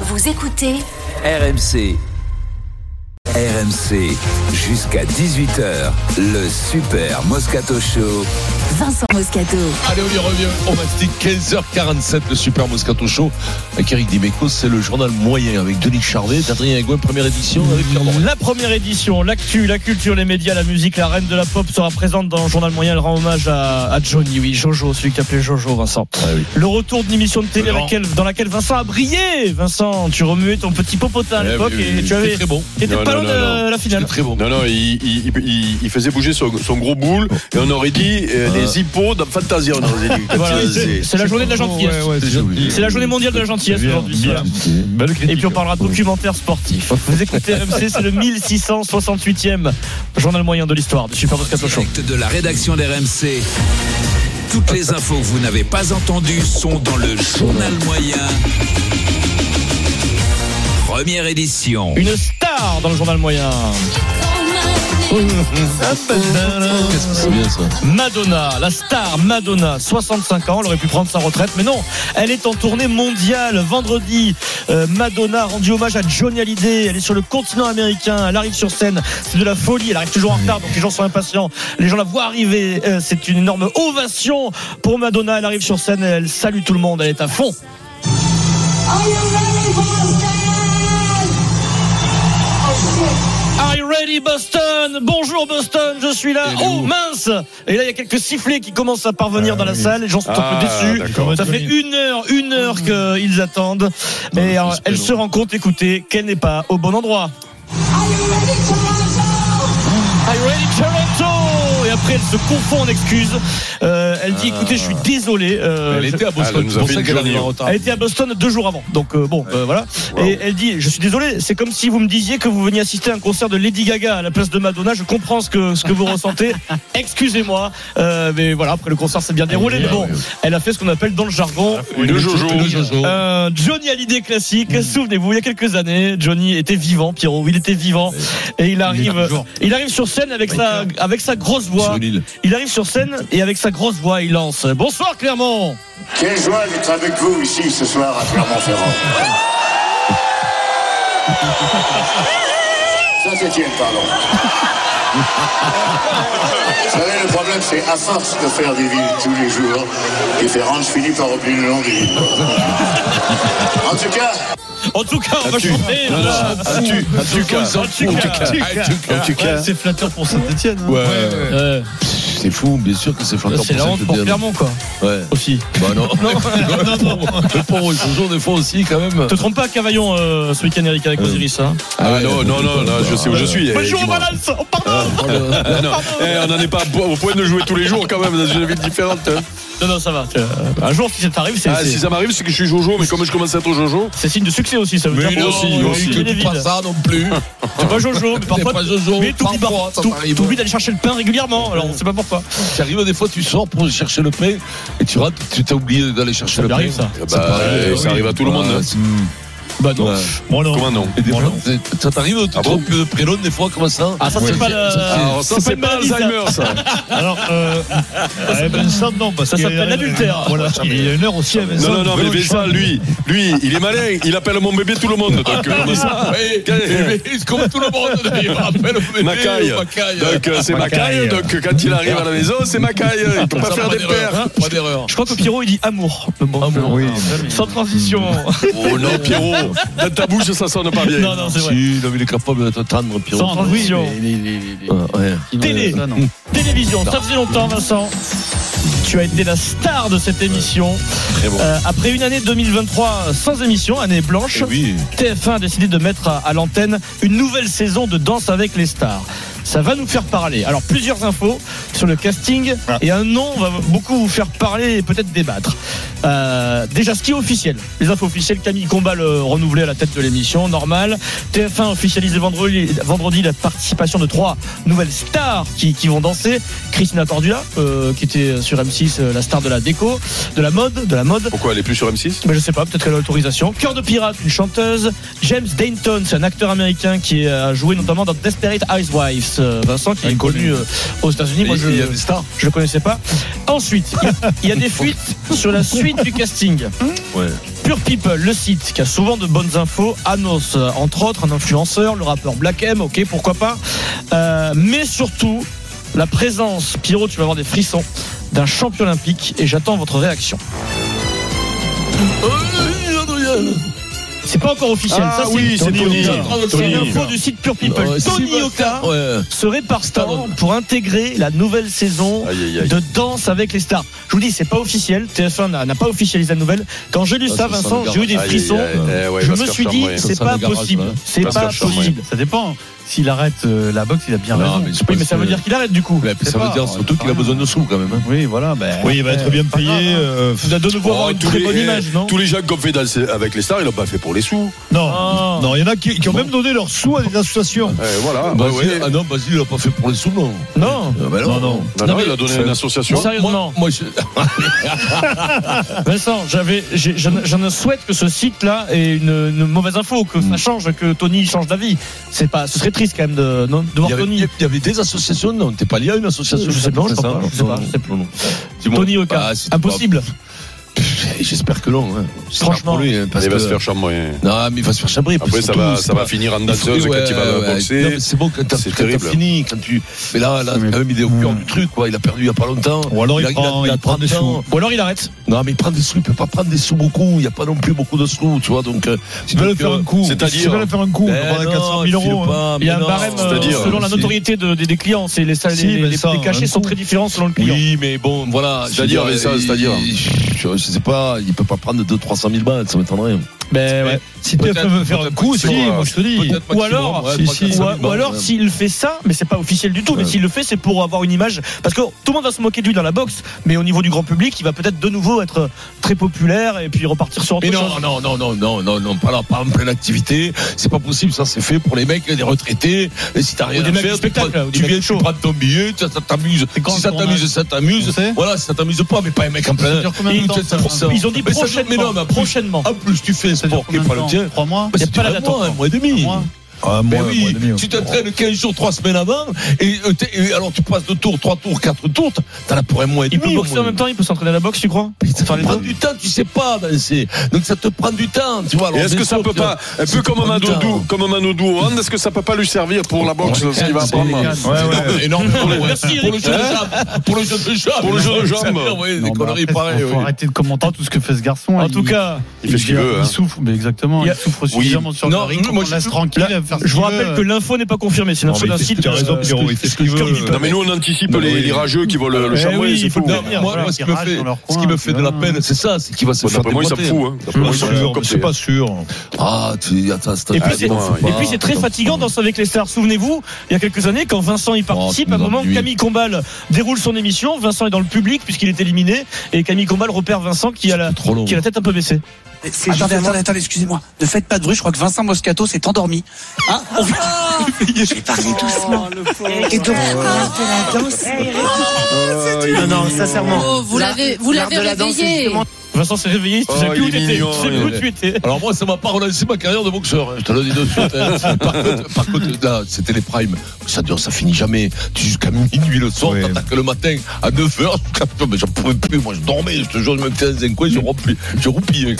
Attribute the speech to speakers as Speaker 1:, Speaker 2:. Speaker 1: Vous écoutez
Speaker 2: RMC. RMC, jusqu'à 18h, le Super Moscato Show.
Speaker 1: Vincent Moscato.
Speaker 3: Allez, on y revient. On mastique 15h47, le Super Moscato Show. Avec Eric Dimeco, c'est le journal moyen avec Denis Charvet, Adrien Aigouin, première édition
Speaker 4: Mmh.
Speaker 3: avec Pierre Dorian.
Speaker 4: La première édition, l'actu, la culture, les médias, la musique, la reine de la pop sera présente dans le journal moyen. Elle rend hommage à, à Johnny, oui, Jojo, celui qui appelait Jojo, Vincent.
Speaker 3: Ah oui.
Speaker 4: Le retour d'une émission de télé
Speaker 3: Le grand.
Speaker 4: laquelle- dans laquelle Vincent a brillé. Vincent, tu remuais ton petit popotin à
Speaker 3: Eh
Speaker 4: l'époque
Speaker 3: oui, oui,
Speaker 4: et
Speaker 3: oui.
Speaker 4: tu
Speaker 3: C'est
Speaker 4: avais.
Speaker 3: très bon.
Speaker 4: et t'es
Speaker 5: Non,
Speaker 4: pas
Speaker 5: non,
Speaker 4: loin de
Speaker 5: non,
Speaker 4: la
Speaker 3: C'est
Speaker 4: finale.
Speaker 3: très bon.
Speaker 5: Non, non, il, il- il- il- il faisait bouger son, son gros boule et on aurait dit euh,
Speaker 3: Ah.
Speaker 5: des hippos dans Fantasia. On aurait dit.
Speaker 4: Voilà, c'est c'est la journée de la gentillesse. C'est la journée mondiale de la gentillesse aujourd'hui. Voilà. Et puis on parlera de documentaire sportif. Vous écoutez RMC, c'est le 1668e journal moyen de l'histoire du Super Moscato Show.
Speaker 2: Direct de la rédaction d'RMC. Toutes les infos que vous n'avez pas entendues sont dans le journal moyen. Première édition.
Speaker 4: Une star dans le journal moyen.
Speaker 3: Qu'est-ce que c'est bien ça
Speaker 4: Madonna, la star Madonna, 65 ans, elle aurait pu prendre sa retraite, mais non, elle est en tournée mondiale. Vendredi, euh, Madonna a rendu hommage à Johnny Hallyday, elle est sur le continent américain, elle arrive sur scène, c'est de la folie, elle arrive toujours en retard, donc les gens sont impatients, les gens la voient arriver, Euh, c'est une énorme ovation pour Madonna, elle arrive sur scène, elle salue tout le monde, elle est à fond.
Speaker 6: Are you ready, Boston? Oh, shit.
Speaker 4: Are you ready Boston Bonjour Boston, je suis là. Oh mince Et là il y a quelques sifflets qui commencent à parvenir dans la salle, les gens sont un
Speaker 5: Ah,
Speaker 4: peu déçus.
Speaker 5: d'accord.
Speaker 4: Ça fait une heure, une heure qu'ils attendent. Mais euh, elle se rend compte, écoutez, qu'elle n'est pas au bon endroit.
Speaker 6: Are you ready, Toronto?
Speaker 4: Are you ready Toronto Et après elle se confond en excuses. Euh, elle dit écoutez, je suis désolé. euh,
Speaker 3: Ah. Elle
Speaker 4: je-
Speaker 3: était à
Speaker 5: Ah, elle
Speaker 3: Boston,
Speaker 5: nous a
Speaker 3: c'est pour
Speaker 5: fait
Speaker 3: ça
Speaker 5: une
Speaker 3: qu'elle
Speaker 5: journée.
Speaker 3: arrive en retard.
Speaker 4: Elle était à Boston deux jours avant. Donc euh, bon, euh, voilà. Et elle dit Je suis désolé, c'est comme si vous me disiez que vous veniez assister à un concert de Lady Gaga à la place de Madonna. Je comprends ce que, ce que vous ressentez. Excusez-moi. Euh, mais voilà, après le concert s'est bien déroulé. Mais bon, elle a fait ce qu'on appelle dans le jargon
Speaker 3: Le Jojo. Mm.
Speaker 4: le Euh. un Johnny Hallyday classique. Souvenez-vous, il y a quelques années, Johnny était vivant, Pierrot. Il était vivant. Et il arrive, il arrive sur scène avec sa, avec sa grosse voix.
Speaker 3: Sur l'île.
Speaker 4: Il arrive sur scène et avec sa grosse voix, il lance Bonsoir Clermont
Speaker 7: Quelle joie d'être avec vous ici ce soir à Clermont-Ferrand. Saint-Étienne, pardon. Vous savez, le problème, c'est à force de faire des villes tous les jours, différentes, je finis par oublier le nom des villes. En tout cas,
Speaker 4: En tout cas, on va
Speaker 5: As-tu-
Speaker 4: chanter.
Speaker 5: Non, non, as-tu- as-tu qu'à-
Speaker 4: as-tu qu'à-
Speaker 5: as-tu qu'à-
Speaker 3: as-tu qu'à-
Speaker 5: as-tu qu'à-
Speaker 4: C'est flatteur pour Saint-Etienne.
Speaker 3: Ouais, ouais, ouais. C'est fou, bien sûr que c'est flatteur
Speaker 4: Euh, c'est la
Speaker 3: pour
Speaker 4: honte pour
Speaker 3: Saint-Étienne.
Speaker 4: Clermont, quoi.
Speaker 3: Ouais.
Speaker 4: Aussi.
Speaker 3: Bah non. Le pauvre Jojo, des fois aussi, quand même.
Speaker 4: Te trompe pas, Cavaillon, euh, ce week-end, Eric, avec Osiris. Hein.
Speaker 5: Ah, non, non, non, non, je sais où je suis. eh,
Speaker 4: Bonjour, on
Speaker 5: dis-moi.
Speaker 4: balance On part dans-
Speaker 5: Ah, non. Eh, on n'en est pas au point de jouer tous les jours quand même dans une ville différente. hein.
Speaker 4: Non, non, ça va. Euh, Un jour, si ça t'arrive, c'est
Speaker 5: Ah, si
Speaker 4: c'est-
Speaker 5: ça m'arrive, c'est que je suis Jojo, mais comme je commence à être Jojo,
Speaker 4: c'est signe de succès aussi. Ça veut
Speaker 5: Mais
Speaker 4: dire
Speaker 5: non,
Speaker 4: aussi,
Speaker 5: il y a aussi.
Speaker 4: Tu
Speaker 3: Pas ça non plus.
Speaker 4: pas Jojo, mais
Speaker 3: T'es
Speaker 4: parfois.
Speaker 3: pas Jojo,
Speaker 4: Mais t'oublies pas-
Speaker 3: parfois, ça
Speaker 4: t'ou-
Speaker 3: t'arrive.
Speaker 4: t'oublies d'aller chercher le pain régulièrement, alors on sait pas pourquoi.
Speaker 3: Tu arrives des fois, tu sors pour chercher le pain et tu rates, tu t'as oublié d'aller chercher le
Speaker 4: lui
Speaker 3: pain.
Speaker 4: arrive, ça.
Speaker 5: Bah,
Speaker 3: paraît-
Speaker 5: ça arrive à tout le monde, hein.
Speaker 3: c'est-
Speaker 4: Bah
Speaker 3: non.
Speaker 4: Bon, non.
Speaker 5: comment non
Speaker 3: Et des
Speaker 4: Bon,
Speaker 3: fois,
Speaker 4: non.
Speaker 3: c'est- ça t'arrive de te
Speaker 5: Ah bon
Speaker 3: tromper de prénom des fois comme ça
Speaker 4: Ah, ça, c'est
Speaker 3: Ouais.
Speaker 4: pas la-
Speaker 5: Alors ça, c'est
Speaker 4: une
Speaker 5: pas
Speaker 4: maladie, ça.
Speaker 5: Alzheimer, ça.
Speaker 8: Alors, euh, ouais, Vincent, non, parce
Speaker 4: Eh ben, Ça
Speaker 8: qu'il
Speaker 4: s'appelle
Speaker 8: arrive-
Speaker 4: l'adultère.
Speaker 8: Voilà, il y a une heure aussi à Vincent.
Speaker 5: Non, non, non, mais Vincent, lui, lui, il est malin, il appelle mon bébé tout le monde. Donc, euh, comment ça
Speaker 3: Oui, mais c'est comme tout le monde d'ailleurs. Après le bébé,
Speaker 5: Macaille.
Speaker 3: le Macaille.
Speaker 5: Donc, euh, c'est Macaille,
Speaker 8: Macaille.
Speaker 5: donc quand il arrive à la maison, c'est Macaille. Il peut pas
Speaker 3: Ça,
Speaker 5: faire des
Speaker 3: d'erreur,
Speaker 5: paires.
Speaker 3: Pas d'erreur.
Speaker 4: Je crois que Pierrot, il dit amour. Ah, Mais bon,
Speaker 8: Oui.
Speaker 4: Sans transition.
Speaker 5: Oh non, Pierrot, dans ta bouche, ça sonne pas bien.
Speaker 4: Non, non, c'est vrai.
Speaker 3: Si, non, mais il est capable de t'attendre, Pierrot.
Speaker 4: Sans transition.
Speaker 3: Ouais, ouais.
Speaker 4: Télé, télévision, ça faisait longtemps Vincent. Tu as été la star de cette émission.
Speaker 5: bon.
Speaker 4: Euh, après une année 2023 sans émission, année blanche,
Speaker 3: Eh Oui.
Speaker 4: TF1 a décidé de mettre à, à l'antenne une nouvelle saison de Danse avec les stars. Ça va nous faire parler. Alors plusieurs infos sur le casting et un nom va beaucoup vous faire parler et peut-être débattre. Euh, déjà ce qui est officiel, les infos officielles, Camille Combal le renouvelé à la tête de l'émission, normal. TF1 a officialisé vendredi, vendredi la participation de trois nouvelles stars qui, qui vont danser. Christina Cordula, euh, qui était sur M6 euh, la star de la déco, de la mode, de la mode.
Speaker 5: Pourquoi elle est plus sur M6
Speaker 4: Ben, je sais pas, peut-être qu'elle a l'autorisation. Cœur de pirate, une chanteuse. James Dainton, c'est un acteur américain qui euh, a joué notamment dans Desperate Housewives. Euh, Vincent, qui est connu euh, aux États-Unis. Moi, je
Speaker 3: Il y a des stars.
Speaker 4: je le connaissais pas. Ensuite, il y a- il y, a des fuites sur la suite du casting.
Speaker 3: Hmm. Ouais.
Speaker 4: Pure People, le site qui a souvent de bonnes infos, annonce euh, entre autres un influenceur, le rappeur Black M, ok, pourquoi pas. Euh, mais surtout, la présence, Pierrot, tu vas avoir des frissons, d'un champion olympique et j'attends votre réaction. C'est pas encore officiel,
Speaker 5: Ah
Speaker 4: ça
Speaker 5: oui, c'est Tony.
Speaker 4: Oka. C'est
Speaker 5: Tony
Speaker 4: l'info
Speaker 5: Oka.
Speaker 4: du site Pure People. Tony Oka
Speaker 3: Euh, bah, Ouais.
Speaker 4: serait partant
Speaker 3: Pardon.
Speaker 4: pour intégrer la nouvelle saison
Speaker 5: Aïe, aïe, aïe.
Speaker 4: de Danse avec les stars. Je vous dis, c'est pas officiel. TF1 n'a- n'a pas officialisé la nouvelle. Quand j'ai lu
Speaker 3: Ah,
Speaker 4: ça,
Speaker 3: ça sent
Speaker 4: Vincent,
Speaker 3: le
Speaker 4: j'ai eu des
Speaker 5: Aïe, aïe,
Speaker 4: frissons.
Speaker 5: aïe, eh ouais,
Speaker 4: Je
Speaker 5: va se
Speaker 4: me
Speaker 5: faire
Speaker 4: suis dit,
Speaker 5: chambrer.
Speaker 4: c'est
Speaker 3: Ça sent
Speaker 4: pas
Speaker 3: le garage,
Speaker 4: possible.
Speaker 3: là.
Speaker 4: C'est
Speaker 5: Va se
Speaker 4: pas
Speaker 5: faire chambrer.
Speaker 4: possible.
Speaker 8: Ça dépend. S'il arrête euh, la boxe, il a bien
Speaker 3: Non,
Speaker 8: raison.
Speaker 3: mais je
Speaker 4: Oui, mais
Speaker 3: pense
Speaker 4: ça veut
Speaker 3: que-
Speaker 4: dire qu'il arrête du coup.
Speaker 3: Ouais, puis
Speaker 8: C'est
Speaker 3: ça
Speaker 8: pas-
Speaker 3: veut dire surtout
Speaker 5: Ah.
Speaker 3: qu'il a besoin de sous quand même. hein.
Speaker 8: Oui, voilà. Ben,
Speaker 4: Oui, il va être bien
Speaker 8: c'est pas
Speaker 4: payé,
Speaker 8: grave, hein.
Speaker 4: euh, Il doit de nouveau avoir
Speaker 5: Oh,
Speaker 4: une
Speaker 5: tous
Speaker 4: très
Speaker 5: les-
Speaker 4: bonne
Speaker 5: eh,
Speaker 4: image, non
Speaker 5: Tous les gens qui ont fait danser avec les stars, ils l'ont pas fait pour les sous.
Speaker 8: Non,
Speaker 4: Ah.
Speaker 8: non, il y en a qui, qui ont même donné leurs sous à des associations.
Speaker 5: Eh, voilà. Bah,
Speaker 3: Basile-
Speaker 5: ouais.
Speaker 3: Ah non, Basile, il l'a pas fait pour les sous, non.
Speaker 4: Non.
Speaker 3: Ah, bah
Speaker 8: Non,
Speaker 5: Non,
Speaker 8: non.
Speaker 4: Non,
Speaker 5: non,
Speaker 4: mais-
Speaker 5: il a donné à une association.
Speaker 4: Sérieusement,
Speaker 3: Moi, je-
Speaker 4: Vincent, j'avais, j'ai- je, ne- je ne souhaite que ce site-là ait une, une mauvaise info, que
Speaker 8: Mm.
Speaker 4: ça change, que Tony change d'avis. C'est pas, ce serait triste quand même de, non, de
Speaker 3: il, y
Speaker 4: voir
Speaker 3: avait,
Speaker 4: Tony.
Speaker 3: il y avait des associations, non. T'es pas lié à une association.
Speaker 4: Je sais pas,
Speaker 3: c'est
Speaker 4: je crois
Speaker 3: ça,
Speaker 4: pas, je sais
Speaker 3: non,
Speaker 4: pas,
Speaker 3: non,
Speaker 4: je sais
Speaker 3: non, non. Dis-moi.
Speaker 4: Tony Oka,
Speaker 3: Ah, si t'es pas-
Speaker 4: impossible.
Speaker 3: J'espère que non. hein. J'espère
Speaker 4: Franchement.
Speaker 3: pour lui, hein, parce
Speaker 5: Il va
Speaker 3: que-
Speaker 5: se faire chambrer.
Speaker 3: Non, mais il va se faire chambrer.
Speaker 5: Après,
Speaker 3: puis
Speaker 5: ça
Speaker 3: surtout,
Speaker 5: va,
Speaker 3: c'est
Speaker 5: ça
Speaker 3: pas-
Speaker 5: va finir en
Speaker 3: Il faut-
Speaker 5: danseuse
Speaker 3: ouais,
Speaker 5: quand il
Speaker 3: ouais,
Speaker 5: va
Speaker 3: non, mais
Speaker 5: boxer.
Speaker 3: c'est bon quand t'as
Speaker 5: C'est
Speaker 3: quand t'as
Speaker 5: terrible.
Speaker 3: fini, quand tu. Mais là, là, quand même, il est au cœur du truc, quoi. Il a perdu il y a pas longtemps.
Speaker 8: Ou alors il,
Speaker 3: a-
Speaker 8: prend,
Speaker 3: a
Speaker 8: il prend des
Speaker 3: 30 ans.
Speaker 8: sous.
Speaker 4: Ou alors il arrête.
Speaker 3: Non, mais il prend des sous, il peut pas prendre des sous beaucoup. Il n'y a pas non plus beaucoup de sous, tu vois. Donc, euh,
Speaker 8: Tu vas le faire un coup.
Speaker 5: c'est-à-dire-
Speaker 8: Tu vas le faire un coup.
Speaker 3: Eh
Speaker 8: on va prendre
Speaker 3: non,
Speaker 8: 400
Speaker 3: il
Speaker 8: 000
Speaker 3: file
Speaker 8: euros. hein.
Speaker 3: pas,
Speaker 4: Il y a
Speaker 3: mais
Speaker 4: un
Speaker 3: non.
Speaker 4: barème euh,
Speaker 5: c'est-à-dire,
Speaker 4: selon la
Speaker 3: c'est-
Speaker 4: notoriété de- des, des clients. C'est les, salles-
Speaker 8: Si, hein.
Speaker 4: les,
Speaker 8: mais
Speaker 4: les-
Speaker 8: ça,
Speaker 4: les cachets
Speaker 8: un
Speaker 4: sont
Speaker 8: coup.
Speaker 4: très différents selon le client.
Speaker 3: Oui, mais bon, voilà.
Speaker 5: C'est-à-dire,
Speaker 3: je veux
Speaker 5: mais ça,
Speaker 3: il-
Speaker 5: c'est-à-dire
Speaker 3: Je, je sais pas, il peut pas prendre 200-300 000 balles, ça m'étonnerait.
Speaker 4: Ben ouais.
Speaker 8: Si tu
Speaker 3: Peut-être-
Speaker 8: veux faire un
Speaker 3: peut-être
Speaker 8: coup, si,
Speaker 3: maximum,
Speaker 8: moi je te dis.
Speaker 3: Peut-être
Speaker 4: Ou
Speaker 3: maximum,
Speaker 4: alors,
Speaker 3: ouais,
Speaker 8: si,
Speaker 3: prendre
Speaker 8: si,
Speaker 3: 400 000
Speaker 4: Ou, ou
Speaker 3: balles,
Speaker 4: alors
Speaker 3: ouais.
Speaker 4: s'il fait ça, mais c'est pas officiel du tout, mais
Speaker 3: Ouais.
Speaker 4: s'il le fait c'est pour avoir une image, parce que tout le monde va se moquer de lui dans la boxe, mais au niveau du grand public il va peut-être de nouveau être très populaire et puis repartir sur autre
Speaker 3: Mais
Speaker 4: chose.
Speaker 3: non, non, non, non, non, non, non, pas là, pas en pleine activité. C'est pas possible, ça c'est fait pour les mecs, les retraités. Et si t'as rien
Speaker 4: des
Speaker 3: à
Speaker 4: mecs du
Speaker 3: faire, tu,
Speaker 4: spectacle,
Speaker 3: prends-
Speaker 4: ou des
Speaker 3: tu
Speaker 4: mecs
Speaker 3: viens,
Speaker 4: du
Speaker 3: tu prends ton billet, ça ça t'amuse.
Speaker 8: quand
Speaker 3: Si
Speaker 8: le
Speaker 3: ça
Speaker 8: tournage
Speaker 3: t'amuse, ça t'amuse.
Speaker 8: On sait
Speaker 3: Voilà, si ça t'amuse pas, mais pas un mec en plein
Speaker 8: Ça
Speaker 3: air.
Speaker 8: dure combien de
Speaker 3: Et
Speaker 8: temps,
Speaker 3: tu-
Speaker 8: ça,
Speaker 3: pour
Speaker 8: ça
Speaker 3: ça.
Speaker 4: Ils ont dit
Speaker 3: Mais ça dure-
Speaker 4: prochainement.
Speaker 3: Mais non, mais en plus- Ah,
Speaker 4: prochainement.
Speaker 3: En plus, tu fais un sport qui est pas le tien.
Speaker 8: 3 mois
Speaker 3: Bah,
Speaker 4: Y a
Speaker 3: c'est
Speaker 4: pas la
Speaker 3: un
Speaker 4: date
Speaker 3: mois,
Speaker 4: encore.
Speaker 3: un mois et demi.
Speaker 8: Trois mois
Speaker 3: Ah,
Speaker 8: mois,
Speaker 3: ben
Speaker 8: un mois et
Speaker 3: oui,
Speaker 8: demi,
Speaker 3: tu
Speaker 8: ok.
Speaker 3: t'entraînes 15 jours, 3 semaines avant, et, euh, t'es- et alors tu passes 2 tours, 3 tours, 4 tours, t'en as pour un mois et
Speaker 4: Il
Speaker 3: demi.
Speaker 4: peut
Speaker 3: au
Speaker 4: boxer en
Speaker 3: moins.
Speaker 4: même temps, il peut s'entraîner à la boxe, tu crois
Speaker 3: Ça te prend du temps, tu sais pas danser. Donc ça te prend du temps, tu vois.
Speaker 5: Et
Speaker 3: alors,
Speaker 5: est-ce
Speaker 3: bien
Speaker 5: que ça
Speaker 3: sûr,
Speaker 5: peut
Speaker 3: tu vois,
Speaker 5: pas, un
Speaker 3: ça
Speaker 5: peu
Speaker 3: te
Speaker 5: comme
Speaker 3: prend du
Speaker 5: Manodou,
Speaker 3: temps.
Speaker 5: comme Manodou au hand, est-ce que ça peut pas lui servir pour la boxe,
Speaker 3: Ouais,
Speaker 5: ce qu'il va
Speaker 3: c'est
Speaker 5: apprendre
Speaker 3: légal.
Speaker 8: Ouais, ouais.
Speaker 3: Et non, pour le,
Speaker 4: Merci,
Speaker 3: pour le jeu de jambes. Pour le jeu de jambes.
Speaker 5: Pour le jeu de jambes.
Speaker 3: Oui,
Speaker 8: Non,
Speaker 3: des
Speaker 8: mais
Speaker 3: conneries
Speaker 8: après,
Speaker 3: pareilles.
Speaker 8: Faut
Speaker 3: oui.
Speaker 8: arrêter de commenter tout ce que fait ce garçon.
Speaker 4: Hein
Speaker 8: hein,
Speaker 4: En
Speaker 8: Il-
Speaker 4: tout cas,
Speaker 5: Il fait ce qu'il veut, hein.
Speaker 8: Il souffre, mais exactement.
Speaker 4: Il y a-
Speaker 8: Il souffre suffisamment sur le
Speaker 3: Non,
Speaker 8: ring.
Speaker 3: moi,
Speaker 8: On
Speaker 3: je-
Speaker 8: laisse tranquille. à faire ce
Speaker 4: je vous
Speaker 8: qu'il
Speaker 4: rappelle
Speaker 8: veut.
Speaker 4: que l'info n'est pas confirmée, c'est l'info d'un site. euh,
Speaker 5: Non, mais nous, on anticipe
Speaker 3: Non, mais
Speaker 5: les,
Speaker 3: oui.
Speaker 5: les rageux qui veulent le,
Speaker 4: Eh
Speaker 5: le chambrer,
Speaker 4: oui,
Speaker 5: c'est
Speaker 4: il faut
Speaker 5: tout.
Speaker 4: le
Speaker 3: Non,
Speaker 4: dire.
Speaker 3: moi,
Speaker 8: voilà,
Speaker 3: moi, ce,
Speaker 8: qui
Speaker 3: qui me
Speaker 8: rage
Speaker 3: fait,
Speaker 8: dans leur
Speaker 3: ce
Speaker 8: coin,
Speaker 3: qui me
Speaker 8: puis
Speaker 3: fait de la
Speaker 8: voilà.
Speaker 3: peine, c'est ça, c'est qu'il va se
Speaker 5: Bon,
Speaker 3: faire
Speaker 5: D'après moi, ils s'en
Speaker 3: déboîter.
Speaker 5: foutent. hein. D'après moi, ils
Speaker 8: Moi, je
Speaker 5: s'en
Speaker 8: suis sûr,
Speaker 5: foutent.
Speaker 8: mais c'est pas sûr.
Speaker 3: Ah, tu, attends, attends.
Speaker 4: Et puis,
Speaker 5: Ah,
Speaker 4: c'est-
Speaker 5: dis-moi,
Speaker 3: hein,
Speaker 4: et puis c'est très fatigant dans avec les stars. Souvenez-vous, il y a quelques années, quand Vincent y participe,
Speaker 3: Oh,
Speaker 4: à un moment,
Speaker 3: lui.
Speaker 4: Camille Combal déroule son émission. Vincent est dans le public puisqu'il est éliminé et Camille Combal repère Vincent qui a la,
Speaker 3: trop long.
Speaker 4: qui a la tête un peu baissée.
Speaker 9: C'est attendez, attendez, attendez, excusez-moi. Ne faites pas de bruit, je crois que Vincent Moscato s'est endormi. Hein On vient-
Speaker 1: Je vais parler doucement. Et donc, de la danse.
Speaker 10: Non, non, sincèrement.
Speaker 11: Oh, vous l'avez, vous l'avez réveillé.
Speaker 4: Vincent s'est réveillé, tu sais
Speaker 5: Oh,
Speaker 4: plus où
Speaker 5: il est
Speaker 4: t'étais,
Speaker 5: mignon,
Speaker 4: tu sais plus où
Speaker 3: il est-
Speaker 4: tu étais.
Speaker 3: Alors moi, ça m'a pas relancé ma carrière de boxeur. hein, Je te le dis de suite. hein. Par contre, par contre, là, c'était les primes. Ça dure, ça finit jamais. Tu jusqu'à minuit le soir,
Speaker 8: Ouais.
Speaker 3: t'attaques le matin à 9h. Mais j'en pouvais plus. Moi, je dormais. Je te jure, je me faisais un coin, je roupillais. Je roupillais.